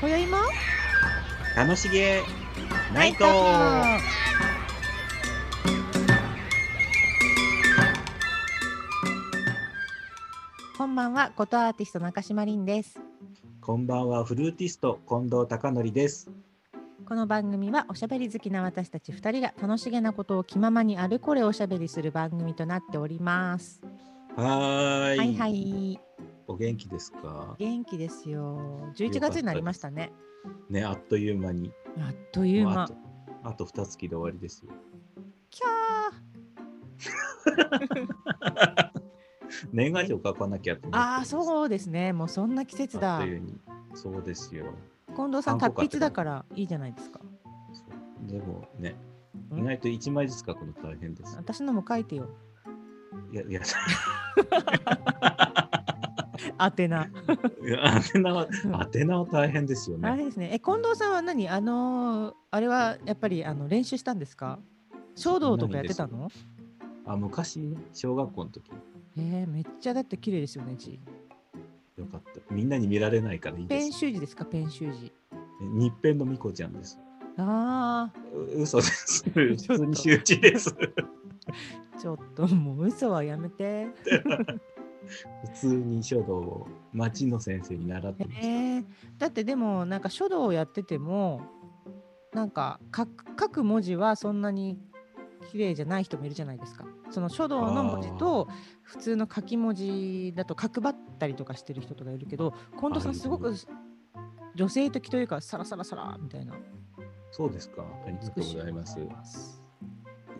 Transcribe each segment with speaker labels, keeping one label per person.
Speaker 1: 今宵も
Speaker 2: 楽しげナイト
Speaker 1: こんばんは、ことアーティスト中島凛です。
Speaker 2: こんばんはフルーティスト近藤貴則です
Speaker 1: この番組はおしゃべり好きな私たち二人が楽しげなことを気ままにあれこれおしゃべりする番組となっております。
Speaker 2: はーい
Speaker 1: はいはい、
Speaker 2: お元気ですか
Speaker 1: 元気ですよ。11月になりましたね。
Speaker 2: ねあっという間に
Speaker 1: あっという
Speaker 2: もうあ
Speaker 1: 間
Speaker 2: と。あと二月で終わりですよ
Speaker 1: キャー。
Speaker 2: 年賀状書かなきゃって
Speaker 1: ああ、
Speaker 2: う
Speaker 1: そうですね。もうそんな季節
Speaker 2: あ
Speaker 1: だ
Speaker 2: っと。いう間にそうですよ
Speaker 1: 近藤さん
Speaker 2: 韓
Speaker 1: 達
Speaker 2: 国
Speaker 1: 筆だからいいじゃないですか。
Speaker 2: そうでもね
Speaker 1: ん
Speaker 2: 意外と一枚ずつ書くの大変です
Speaker 1: 私のも書いてよ。
Speaker 2: いやい や
Speaker 1: 宛名。
Speaker 2: いや宛名は宛名は大変ですよ
Speaker 1: あ
Speaker 2: ね
Speaker 1: れですね。え、近藤さんは何、あのーあれはやっぱりあの練習したんですか。書道とかやってたの。
Speaker 2: あ昔ね小学校の時
Speaker 1: えー、めっちゃだって綺麗ですよね。字
Speaker 2: よかったみんなに見られないからいい
Speaker 1: ペ
Speaker 2: で
Speaker 1: ン
Speaker 2: す
Speaker 1: 習字ですか、ペン習字。
Speaker 2: 日編のみこちゃんです
Speaker 1: ああ、
Speaker 2: う嘘です。普通に周知です。
Speaker 1: ちょっともう嘘はやめて。
Speaker 2: 普通に書道を町の先生に習ってました。
Speaker 1: えー、だってでもなんか書道をやっててもなんか書く書く文字はそんなに綺麗じゃない人もいるじゃないですかその書道の文字と普通の書き文字だと角張ったりとかしてる人とかいるけど近藤さ
Speaker 2: あ
Speaker 1: ん
Speaker 2: いる
Speaker 1: すごく女性的というかサラサラサラみたいな
Speaker 2: そうですか。ありがとうございます。
Speaker 1: す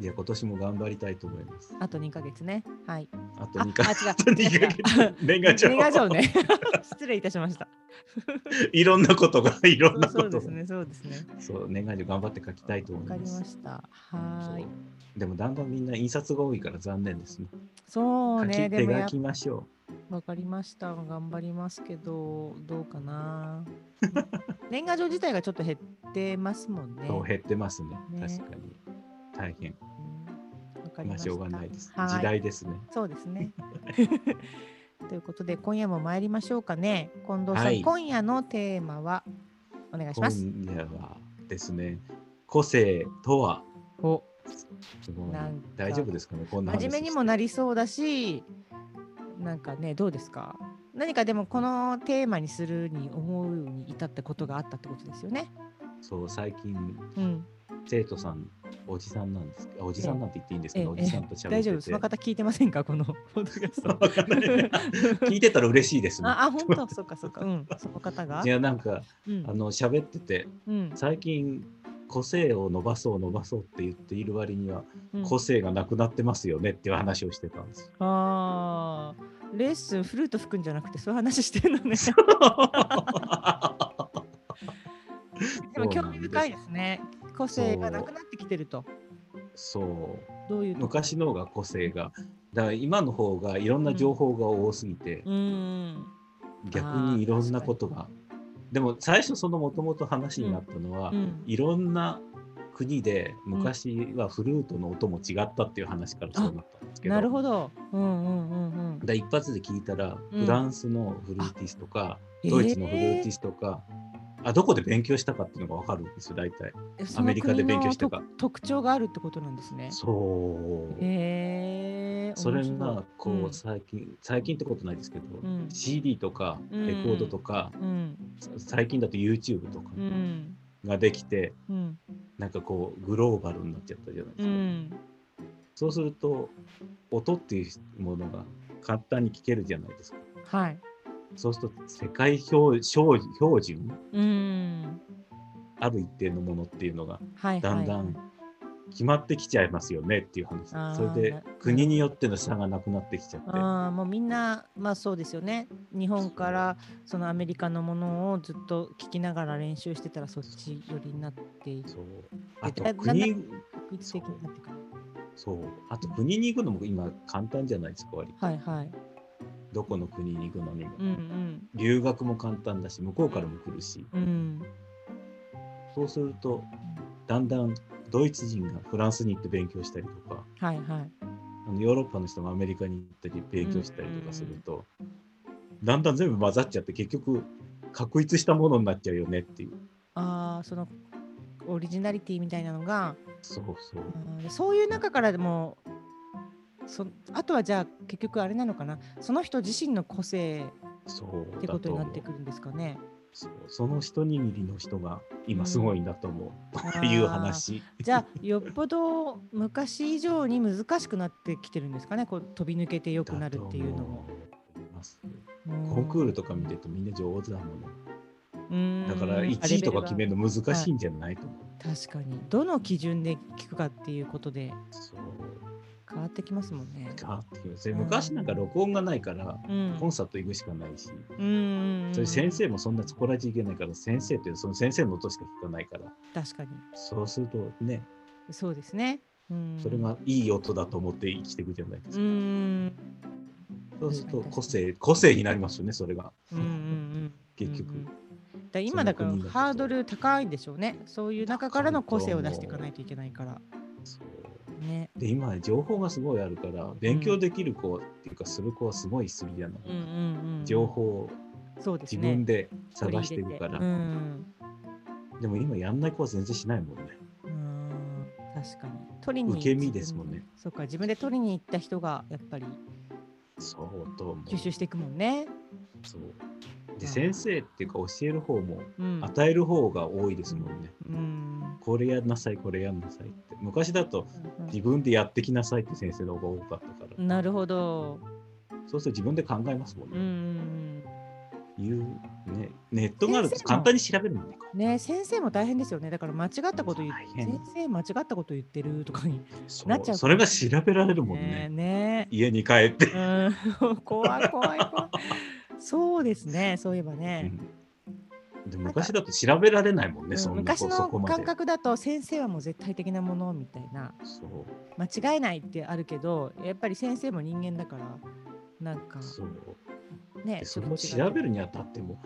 Speaker 2: いや、今年も頑張りたいと思います。
Speaker 1: あと2ヶ月ねはい
Speaker 2: あと
Speaker 1: あ
Speaker 2: 2回。
Speaker 1: あ違う
Speaker 2: あと2
Speaker 1: 違う
Speaker 2: ヶ 月。年賀状。
Speaker 1: 年賀状。ね 失礼いたしました
Speaker 2: いろんなことが、いろ
Speaker 1: そ
Speaker 2: ん
Speaker 1: う
Speaker 2: なこ
Speaker 1: そう
Speaker 2: と
Speaker 1: で
Speaker 2: が
Speaker 1: す。ねそうですね
Speaker 2: そう、年賀状頑張って書きたいと
Speaker 1: わ
Speaker 2: 思い
Speaker 1: かり
Speaker 2: ま。
Speaker 1: ますしたはーい
Speaker 2: そうでもだんだんみんな印刷が多いから残念ですね。
Speaker 1: そうね
Speaker 2: 書き
Speaker 1: で
Speaker 2: 手
Speaker 1: も
Speaker 2: が
Speaker 1: やっ
Speaker 2: きましょ
Speaker 1: わかりました。頑張りますけど、どうかな。年賀状自体がちょっと減ってますもん
Speaker 2: う。
Speaker 1: ね。
Speaker 2: そう減ってますね。
Speaker 1: ね
Speaker 2: 確かに。大変。
Speaker 1: うんわかりま
Speaker 2: まあ、
Speaker 1: し。
Speaker 2: したょうがないです。
Speaker 1: はい
Speaker 2: 時代ですね。
Speaker 1: そうです ね。ということで、今夜も参りましょうかね。近藤さん、
Speaker 2: はい
Speaker 1: 今夜のテーマはお願いし
Speaker 2: 今
Speaker 1: ます。
Speaker 2: 夜はですね、個性とは
Speaker 1: お
Speaker 2: すごい
Speaker 1: なんか
Speaker 2: 大丈夫ですかね、こんな話
Speaker 1: 真面目にもなりそうだし、なんかね、どうですか何かでもこのテーマにするに思うに至ったことがあったってことですよね。
Speaker 2: そう、最近、
Speaker 1: うん。
Speaker 2: 生徒さん、おじさんなんですけど、おじさんなんて言っていいんですけ
Speaker 1: え
Speaker 2: ど、おじさんと喋ってて。
Speaker 1: 大丈夫その方聞いてませんかこ のポッドキャスト
Speaker 2: わかん ない聞いてたら嬉しいですね。
Speaker 1: ああ本当そうかそうかうんその方が
Speaker 2: いや、なんか、
Speaker 1: うん
Speaker 2: あの、喋ってて、
Speaker 1: うん
Speaker 2: 最近、個性を伸ばそう伸ばそうって言っている割には、
Speaker 1: うん
Speaker 2: 個性がなくなってますよねっていう話をしてたんです。
Speaker 1: あーレッスンフルート吹くんじゃなくてそういう話してるのねでも興味深いですね個性がなくなってきてると
Speaker 2: そう。
Speaker 1: どういうとこ
Speaker 2: 昔の方が個性がだから今の方がいろんな情報が多すぎて、
Speaker 1: うーん
Speaker 2: 逆にいろんなことがでも最初そのもともと話になったのは、
Speaker 1: うん
Speaker 2: いろんな国で昔はフルートの音も違ったっていう話からそうなったんですけど,、
Speaker 1: なるほどうんうんうんうん
Speaker 2: だ一発で聞いたら、
Speaker 1: うん
Speaker 2: フランスのフルーティストか
Speaker 1: あ
Speaker 2: ドイツのフルーティストか、あどこで勉強したかっていうのが分かるんですよ大体。
Speaker 1: えその
Speaker 2: アメリカで勉強してた
Speaker 1: 国のと特徴があるってことなんですね
Speaker 2: そう、
Speaker 1: へえ
Speaker 2: それがこう、
Speaker 1: うん
Speaker 2: 最近最近ってことないですけど、
Speaker 1: うん
Speaker 2: CD とか
Speaker 1: うん
Speaker 2: レコードとか、
Speaker 1: うん
Speaker 2: さ最近だと YouTube とか
Speaker 1: うん
Speaker 2: ができて、
Speaker 1: うん
Speaker 2: なんかこうグローバルになっちゃったじゃない
Speaker 1: う
Speaker 2: ですか、
Speaker 1: ん
Speaker 2: そうすると音っていうものが簡単に聞けるじゃないですか
Speaker 1: はい
Speaker 2: そうすると世界標標標準
Speaker 1: うん
Speaker 2: ある一定のものっていうのが
Speaker 1: はいはい
Speaker 2: だんだん決まってきちゃいますよねっていう話
Speaker 1: あー
Speaker 2: それ
Speaker 1: な
Speaker 2: で国によっての差がなくなってきちゃって
Speaker 1: ああもうみんなまあそうですよね日本からそのアメリカのものをずっと聞きながら練習してたらそっち寄りになっていく
Speaker 2: そうあと
Speaker 1: だんだん
Speaker 2: 国
Speaker 1: 一的になってくる
Speaker 2: そうあと国に行くのも今簡単じゃないですか割と
Speaker 1: はいはい
Speaker 2: どこの国に行くのにも、
Speaker 1: うん
Speaker 2: 留学も簡単だし向こうからも来るし
Speaker 1: うんうん
Speaker 2: そうするとだんだんドイツ人がフランスに行って勉強したりとか
Speaker 1: はいはい
Speaker 2: あのヨーロッパの人がアメリカに行ったり勉強したりとかすると、だんだん全部混ざっちゃって結局確立したものになっちゃうよねっていう。
Speaker 1: ああそのオリジナリティみたいなのが、
Speaker 2: そうそう。
Speaker 1: うんそういう中からでもそあとはじゃあ結局あれなのかなその人自身の個性
Speaker 2: そう
Speaker 1: って
Speaker 2: だ
Speaker 1: こと
Speaker 2: と
Speaker 1: にな
Speaker 2: 思
Speaker 1: って
Speaker 2: う。
Speaker 1: くるんですかね。
Speaker 2: そうその一握りの人が今すごいんだと思う。という話。
Speaker 1: じゃあよっぽど昔以上に難しくなってきてるんですかねこう飛び抜けて良くなるっていうのも。
Speaker 2: だと思います。
Speaker 1: うん
Speaker 2: コンクールとか見てるとみんな上手だもの。
Speaker 1: うん
Speaker 2: だから1位とか決め
Speaker 1: レベル
Speaker 2: るの難しいんじゃないと思う。
Speaker 1: が確かにどの基準で聞くかっていうことで
Speaker 2: そう。
Speaker 1: 変わってきますもんね。
Speaker 2: 変わってきますね昔なんか録音がないから、
Speaker 1: うん
Speaker 2: コンサート行くしかないし、
Speaker 1: うんうんうん
Speaker 2: それ先生もそんなそこらじいけないから、先生ってその先生の音しか聞かないから、
Speaker 1: 確かに
Speaker 2: そうするとね、
Speaker 1: そうですね。うん
Speaker 2: それがいい音だと思って生きていくじゃない
Speaker 1: う
Speaker 2: ですか。
Speaker 1: ん
Speaker 2: そうすると個性、個性になりますよね、それが。
Speaker 1: うんうんうん
Speaker 2: 結局
Speaker 1: うんうんだから今だから
Speaker 2: その国の
Speaker 1: ハードル高いんでしょうねそういう中からの個性を出していかないといけないから
Speaker 2: そう
Speaker 1: ね
Speaker 2: で、今、情報がすごいあるから、勉強できる子っていうか、する子はすごいするじゃない。
Speaker 1: うんうんうん
Speaker 2: 情報を
Speaker 1: そうです
Speaker 2: 自
Speaker 1: ね
Speaker 2: 分で探していくか
Speaker 1: 取り
Speaker 2: ら。
Speaker 1: 入れてうん
Speaker 2: でも今、やんない子は全然しないもんね。
Speaker 1: うん確かに取りに
Speaker 2: 受け身ですもんね
Speaker 1: そうか自分で取りに行った人がやっぱり
Speaker 2: そうと思う
Speaker 1: 吸収していくもんね
Speaker 2: そうで、先生っていうか、教える方も、
Speaker 1: うん
Speaker 2: 与える方が多いですもんね。
Speaker 1: うん
Speaker 2: これやんなさい、これやんなさいって。昔だと
Speaker 1: うん
Speaker 2: 自分でやってきなさいって先生の方が多かったから、
Speaker 1: なるほど
Speaker 2: そうすると自分で考えますもん
Speaker 1: う
Speaker 2: ね。
Speaker 1: ん
Speaker 2: いうね、ネットがあると
Speaker 1: 先生も
Speaker 2: 簡単に調べるもんね。
Speaker 1: ね先生も大変ですよねだから間違ったこと言う
Speaker 2: 大変
Speaker 1: 先生間違ったこと言ってるとかに
Speaker 2: そう
Speaker 1: なっちゃう
Speaker 2: それが調べられるもん
Speaker 1: ね
Speaker 2: ね。
Speaker 1: ね
Speaker 2: 家に帰って。
Speaker 1: うん 怖い怖い怖い。そうですね、そういえばね。
Speaker 2: うんで昔だと調べられないもん
Speaker 1: う
Speaker 2: ね、
Speaker 1: ん
Speaker 2: そんな
Speaker 1: 昔
Speaker 2: こそ
Speaker 1: の
Speaker 2: こま
Speaker 1: 感
Speaker 2: で。
Speaker 1: 覚だと先生はもう絶対的なものみたいな
Speaker 2: そう
Speaker 1: 間違えないってあるけどやっぱり先生も人間だからなんか
Speaker 2: そう
Speaker 1: ね
Speaker 2: でそれを調
Speaker 1: る
Speaker 2: べるにあたっても、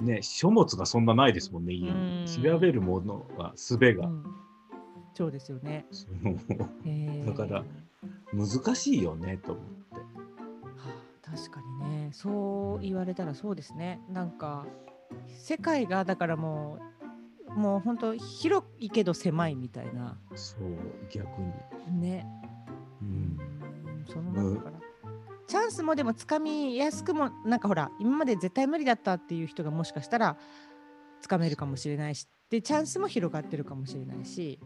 Speaker 2: ね、書物がそんなないですもんね、家
Speaker 1: うん
Speaker 2: に。調べるものは、すべが、
Speaker 1: そうですよね、
Speaker 2: そ
Speaker 1: えー
Speaker 2: だから
Speaker 1: は
Speaker 2: の難しいよねと思って。
Speaker 1: あ確かにねそう言われたらそうですねなんか世界がだからもうもう本当広いけど狭いみたいな
Speaker 2: そう、逆に。
Speaker 1: ね
Speaker 2: うん。
Speaker 1: その中から、チャンスもでもつかみやすくもなんかほら今まで絶対無理だったっていう人がもしかしたらつかめるかもしれないしでチャンスも広がってるかもしれないし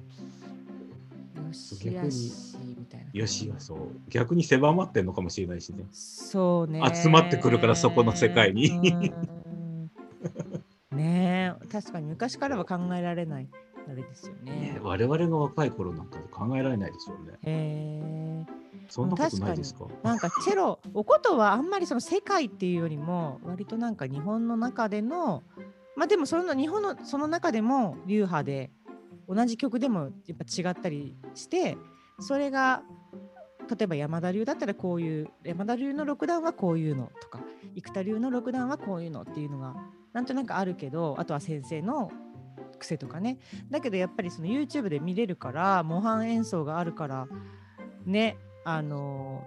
Speaker 1: よしよしみたいな
Speaker 2: よしよそう。逆に狭まってんのかもしれないしね。
Speaker 1: そうね
Speaker 2: 集まってくるからそこの世界に
Speaker 1: うんねえ確かに昔からは考えられないあれですよ
Speaker 2: ね
Speaker 1: ね
Speaker 2: 我々が若い頃なんか考えられないですよね。
Speaker 1: へえ
Speaker 2: そんなことないですか
Speaker 1: なんかチェロおことはあんまりその世界っていうよりも割となんか日本の中でのまあでもその日本のその中でも流派で同じ曲でもやっぱ違ったりしてそれが例えば山田流だったらこういう山田流の六段はこういうのとか生田流の六段はこういうのっていうのがなんとなくあるけどあとは先生の癖とかねだけどやっぱりその YouTube で見れるから模範演奏があるからねあの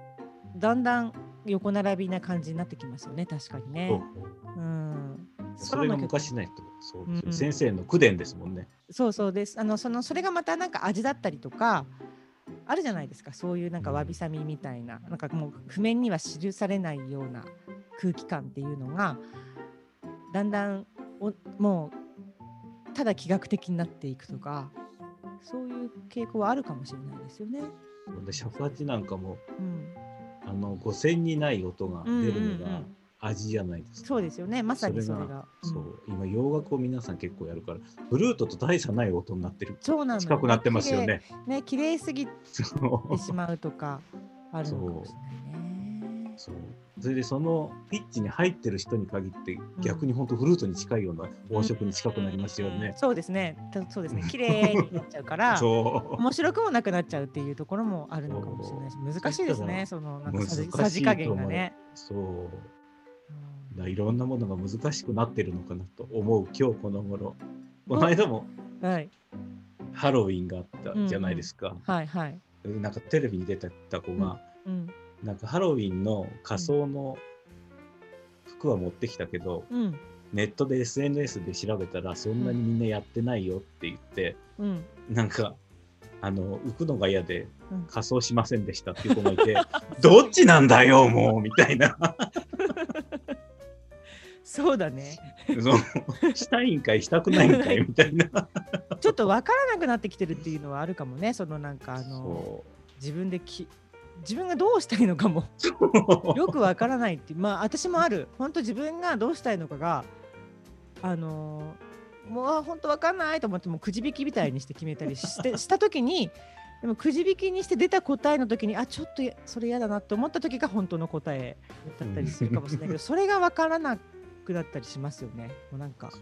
Speaker 1: だんだん横並びな感じになってきますよね確かに
Speaker 2: そう
Speaker 1: ね。うん、
Speaker 2: それが昔ないと。そうですよ
Speaker 1: うんうん
Speaker 2: 先生の口伝ですもんね。
Speaker 1: そうそうですあのそのそれがまたなんか味だったりとかあるじゃないですかそういうなんか
Speaker 2: うん
Speaker 1: わびさびみたいな,、なんかもう譜面には記されないような空気感っていうのがだんだんおもうただ気学的になっていくとかそういう傾向はあるかもしれないですよね。
Speaker 2: で尺八なんかも
Speaker 1: うん、
Speaker 2: あの五線にない音が出る
Speaker 1: う
Speaker 2: の
Speaker 1: んうんう
Speaker 2: が
Speaker 1: ん
Speaker 2: 味じゃないですか。
Speaker 1: そうですよねまさにそれが。
Speaker 2: そ
Speaker 1: うん
Speaker 2: う今洋楽を皆さん結構やるからフルートと大差ない音になってる
Speaker 1: そうなの
Speaker 2: 近くなってますよね。
Speaker 1: ね綺麗すぎて
Speaker 2: そう
Speaker 1: しまうとかあるのかもしれないね。
Speaker 2: そうそれでそのピッチに入ってる人に限って逆に本当フルートに近いような音色に近くなりますよね。
Speaker 1: そうですね。たそうですね。綺麗になっちゃうから、
Speaker 2: そう
Speaker 1: 面白くもなくなっちゃうっていうところもあるのかもしれないし、難しいですね。そのなんかさじ
Speaker 2: 難しいと思う
Speaker 1: さじ加減がね。
Speaker 2: そう
Speaker 1: うん
Speaker 2: だからいろんなものが難しくなってるのかなと思う今日この頃この間も
Speaker 1: はい
Speaker 2: ハロウィンがあったじゃないですか、
Speaker 1: はいはい。
Speaker 2: なんかテレビに出てた子が、
Speaker 1: うん
Speaker 2: なんかハロウィンの仮装の服は持ってきたけど
Speaker 1: うん
Speaker 2: ネットで SNS で調べたらそんなにみんなやってないよって言って、
Speaker 1: うん、
Speaker 2: なんかあの浮くのが嫌で
Speaker 1: うん
Speaker 2: 仮装しませんでしたっていう子がいて、 どっちなんだよもうみたい な
Speaker 1: そうだね
Speaker 2: そのしたいんかいしたくないん かいみたいな
Speaker 1: ちょっと分からなくなってきてるっていうのはあるかもねそのなんかあの
Speaker 2: そ
Speaker 1: 自分でき自分がどうしたいのかも
Speaker 2: う
Speaker 1: よくわからないっていうまあ私もある本当自分がどうしたいのかがあのーもう本当わかんないと思ってもうくじ引きみたいにして決めたりして した時にでもくじ引きにして出た答えの時にあちょっとやそれ嫌だなって思った時が本当の答えだったりするかもしれ ないけどそれがわからなくなったりしますよねもうなんか
Speaker 2: そ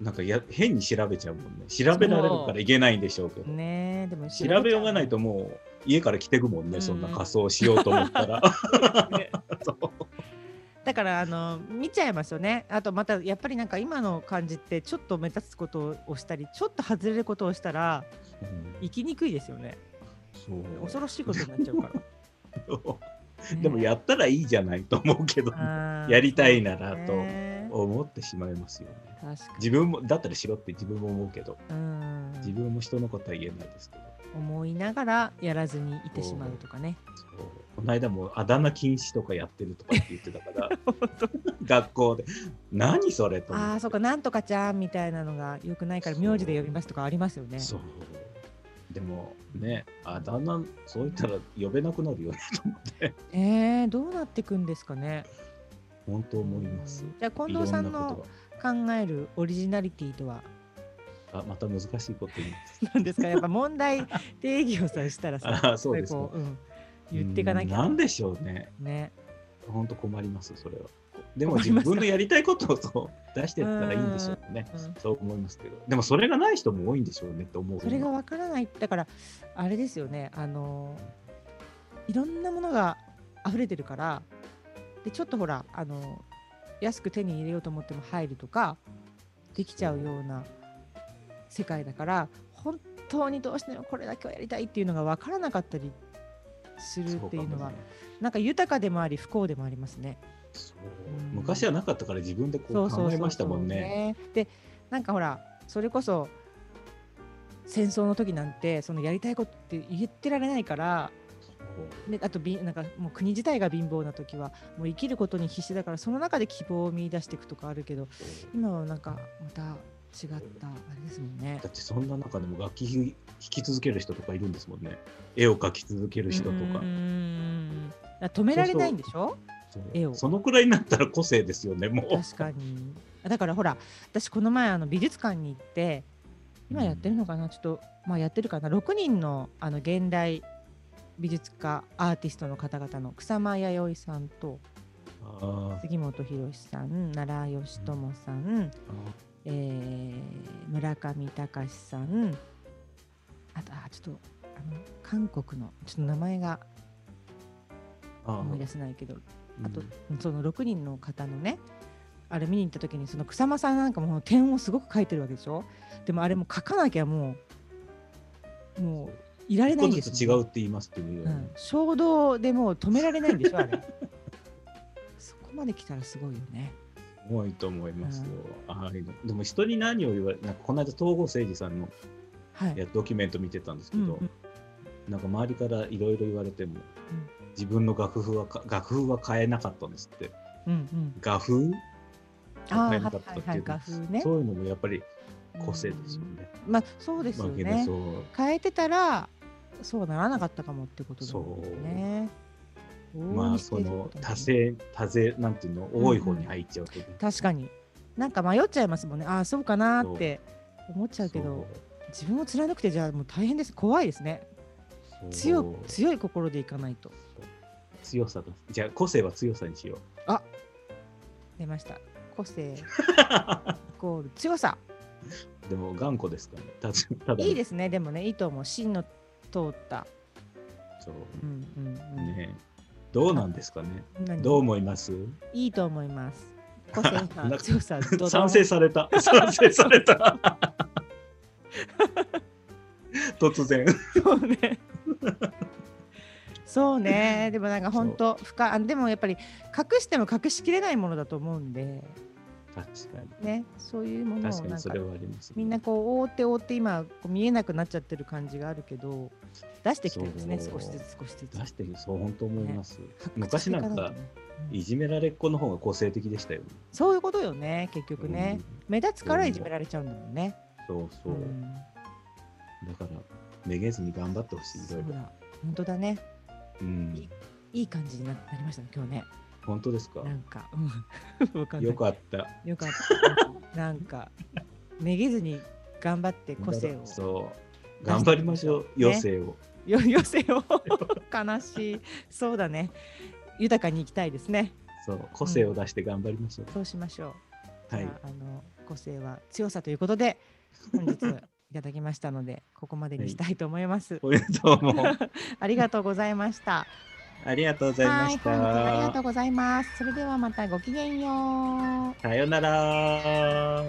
Speaker 2: うなんかや変に調べちゃうもんね調べられるからいけないんでしょうけど
Speaker 1: ねえでも
Speaker 2: 調べようがないと
Speaker 1: 思
Speaker 2: もう家から来てくもんね、
Speaker 1: うん
Speaker 2: そんな仮装しようと 思ったら
Speaker 1: う、 ねだからあの見ちゃいますよね。あとまたやっぱりなんか今の感じってちょっと目立つことをしたりちょっと外れることをしたら
Speaker 2: うん
Speaker 1: 生きにくいですよね。恐ろしいことになっちゃうから。
Speaker 2: そう
Speaker 1: ね
Speaker 2: でもやったらいいじゃないと思うけど、
Speaker 1: あー
Speaker 2: やりたいならと
Speaker 1: ね
Speaker 2: 思ってしまいますよね
Speaker 1: 確かに
Speaker 2: 自分もだったらしろって自分も思うけど
Speaker 1: うん
Speaker 2: 自分も人のことは言えないですけど
Speaker 1: 思いながらやらずにいてしまうとかね。
Speaker 2: そうこの間もあだ名禁止とかやってるとかって言ってたから 学校で何それと思って
Speaker 1: ああーそうかなんとかちゃんみたいなのが良くないから
Speaker 2: そう
Speaker 1: 名字で呼びますとかありますよね。
Speaker 2: そうでもねあだ名そう言ったら呼べなくなるよね
Speaker 1: えー、どうなってくんですかね。
Speaker 2: 本当思います。
Speaker 1: じゃあ近藤さん
Speaker 2: いろなこ
Speaker 1: の考えるオリジナリティとは
Speaker 2: とがあまた難しいこと言います。
Speaker 1: なん ですかやっぱ問題定義をさしたらさ、
Speaker 2: あ そうですね
Speaker 1: こう、うん、言っていかなき
Speaker 2: うん
Speaker 1: ゃ
Speaker 2: んでしょうね。
Speaker 1: ね。
Speaker 2: 本当困りますそれは。でも
Speaker 1: 困り
Speaker 2: 自
Speaker 1: ますか
Speaker 2: 分のやりたいことをそう出してったらいいんでしょうね。
Speaker 1: うん
Speaker 2: そう思いますけど。でもそれがない人も多いんでしょうねって思う。
Speaker 1: それがわからないだからあれですよねあのいろんなものが溢れてるからでちょっとほらあの安く手に入れようと思っても入るとかできちゃうような世界だから本当にどうしてもこれだけはやりたいっていうのがわからなかったりするっていうのはなんか豊かでもあり不幸でもありますね。
Speaker 2: そう
Speaker 1: うん
Speaker 2: 昔はなかったから自分で
Speaker 1: そ
Speaker 2: こ
Speaker 1: う
Speaker 2: う
Speaker 1: そうそう
Speaker 2: 考
Speaker 1: そ
Speaker 2: え
Speaker 1: う
Speaker 2: ましたもんね。。
Speaker 1: でなんかほらそれこそ戦争の時なんてそのやりたいことって言ってられないから、であとびなんかもう国自体が貧乏な時はもう生きることに必死だからその中で希望を見出していくとかあるけど
Speaker 2: そう
Speaker 1: 今はなんかまた違ったあれですもんね
Speaker 2: だ。ってそんな中でも楽器弾き続ける人とかいるんですもんね。絵を描き続ける人と
Speaker 1: うんうんうん
Speaker 2: か
Speaker 1: う。んだから止められないんでしょ
Speaker 2: そう
Speaker 1: 絵を
Speaker 2: そのくらいになったら個性ですよねもう。
Speaker 1: 確かにだからほら私この前あの美術館に行って今やってるのかな、ちょっとまあやってるかな6人のあの現代美術家アーティストの方々の草間彌生さんと
Speaker 2: あ
Speaker 1: 杉本博さん奈良義友さん、
Speaker 2: ーあ
Speaker 1: えー村上隆さんあとあちょっとあの韓国のちょっと名前が
Speaker 2: あ
Speaker 1: 思い出せないけど
Speaker 2: うん
Speaker 1: あとその6人の方のねあれ見に行った時にその草間さんなんかもう点をすごく書いてるわけでしょでもあれもう書かなきゃもうもういられ
Speaker 2: 一
Speaker 1: ない
Speaker 2: 個
Speaker 1: ん
Speaker 2: ず
Speaker 1: です
Speaker 2: つ違
Speaker 1: よ
Speaker 2: うって言いますけど、
Speaker 1: う、ん、衝動でもう止められないんでしょ あれそこまで来たらすごいよね
Speaker 2: 多いと思いますよ。はいでも人に何を言われなんかこの間東郷誠二さんの
Speaker 1: はい
Speaker 2: やドキュメント見てたんですけ
Speaker 1: う
Speaker 2: ど、
Speaker 1: んうん
Speaker 2: なんか周りからいろいろ言われても、自分の楽譜はか楽譜は変えなかったんですって
Speaker 1: うんうん
Speaker 2: 画風
Speaker 1: ああ
Speaker 2: が
Speaker 1: は
Speaker 2: 変
Speaker 1: い
Speaker 2: え
Speaker 1: は
Speaker 2: なかった
Speaker 1: い
Speaker 2: って、
Speaker 1: はいいう画風ね
Speaker 2: そういうのもやっぱり個性ですよね。
Speaker 1: まあそうですよ
Speaker 2: まあけど
Speaker 1: ね
Speaker 2: そう
Speaker 1: 変えてたらそうならなかったかもってことだもんね往々
Speaker 2: まあ
Speaker 1: にして
Speaker 2: そ
Speaker 1: ってこ
Speaker 2: の
Speaker 1: とだね
Speaker 2: 多勢多勢なんていうの多い方に入っちゃうと、
Speaker 1: 確かになんか迷っちゃいますもんねああそうかなーって思っちゃうけ
Speaker 2: そう
Speaker 1: ど自分を貫くってじゃあもう大変です怖いですね
Speaker 2: そう
Speaker 1: 強く強い心でいかないと
Speaker 2: 強さがじゃあ個性は強さにしよう
Speaker 1: 出ました個 性イコール強さ
Speaker 2: でも頑固ですからねたつただ
Speaker 1: いいですねでもねいいと思う芯の通った
Speaker 2: そう
Speaker 1: うんうんうん、
Speaker 2: ねどうなんですかね
Speaker 1: 何
Speaker 2: どう思います
Speaker 1: いいと思います個性
Speaker 2: なん
Speaker 1: さ
Speaker 2: か
Speaker 1: 強さどう
Speaker 2: 賛成され た賛成され た突然
Speaker 1: そう ね。そうね、でもなんか本当深い、あでもやっぱり隠しても隠しきれないものだと思うんで、
Speaker 2: 確かに。
Speaker 1: ねそういうものを
Speaker 2: 確か
Speaker 1: な
Speaker 2: に
Speaker 1: ん
Speaker 2: そ
Speaker 1: か
Speaker 2: れはあります、ね。
Speaker 1: みんなこう覆って覆って今こう見えなくなっちゃってる感じがあるけど出してきてるんですね
Speaker 2: そ
Speaker 1: 少
Speaker 2: う
Speaker 1: しずつ少しずつ
Speaker 2: 出してる、そう、本当思います。
Speaker 1: 発掘し
Speaker 2: 昔
Speaker 1: てい
Speaker 2: なん
Speaker 1: い
Speaker 2: か
Speaker 1: と、ねうん
Speaker 2: いじめられっ子の方が個性的でしたよね。
Speaker 1: そういうことよね結局ね、目立つからいじめられちゃうんだもんね
Speaker 2: うん。そうそう。
Speaker 1: ん
Speaker 2: だから、めげずに頑張ってほしい、い
Speaker 1: そ
Speaker 2: ろいうろ。
Speaker 1: だ本当だね
Speaker 2: うん。
Speaker 1: いい感じにななりましたね今日ね
Speaker 2: 本当ですか
Speaker 1: な。んか、うん、 わかんない
Speaker 2: よかった。
Speaker 1: よかった。 なんか、めげずに頑張って個性を。
Speaker 2: そう。頑張りましょう、余生を。
Speaker 1: よ、余生を。 悲しい。そうだね。豊かに生きたいですね。
Speaker 2: そう、個性を出して頑張りましょう。
Speaker 1: そうしましょう。
Speaker 2: はい
Speaker 1: じゃ。ああの、個性は強さということで、本日いただきましたので、ここまでにしたいと思います。
Speaker 2: おめでとう も。
Speaker 1: ありがとうございました。
Speaker 2: ありがとうございま
Speaker 1: はい、本
Speaker 2: し
Speaker 1: 日はありがとう
Speaker 2: た。
Speaker 1: ございます。それではまたごきげんよう。
Speaker 2: さようなら。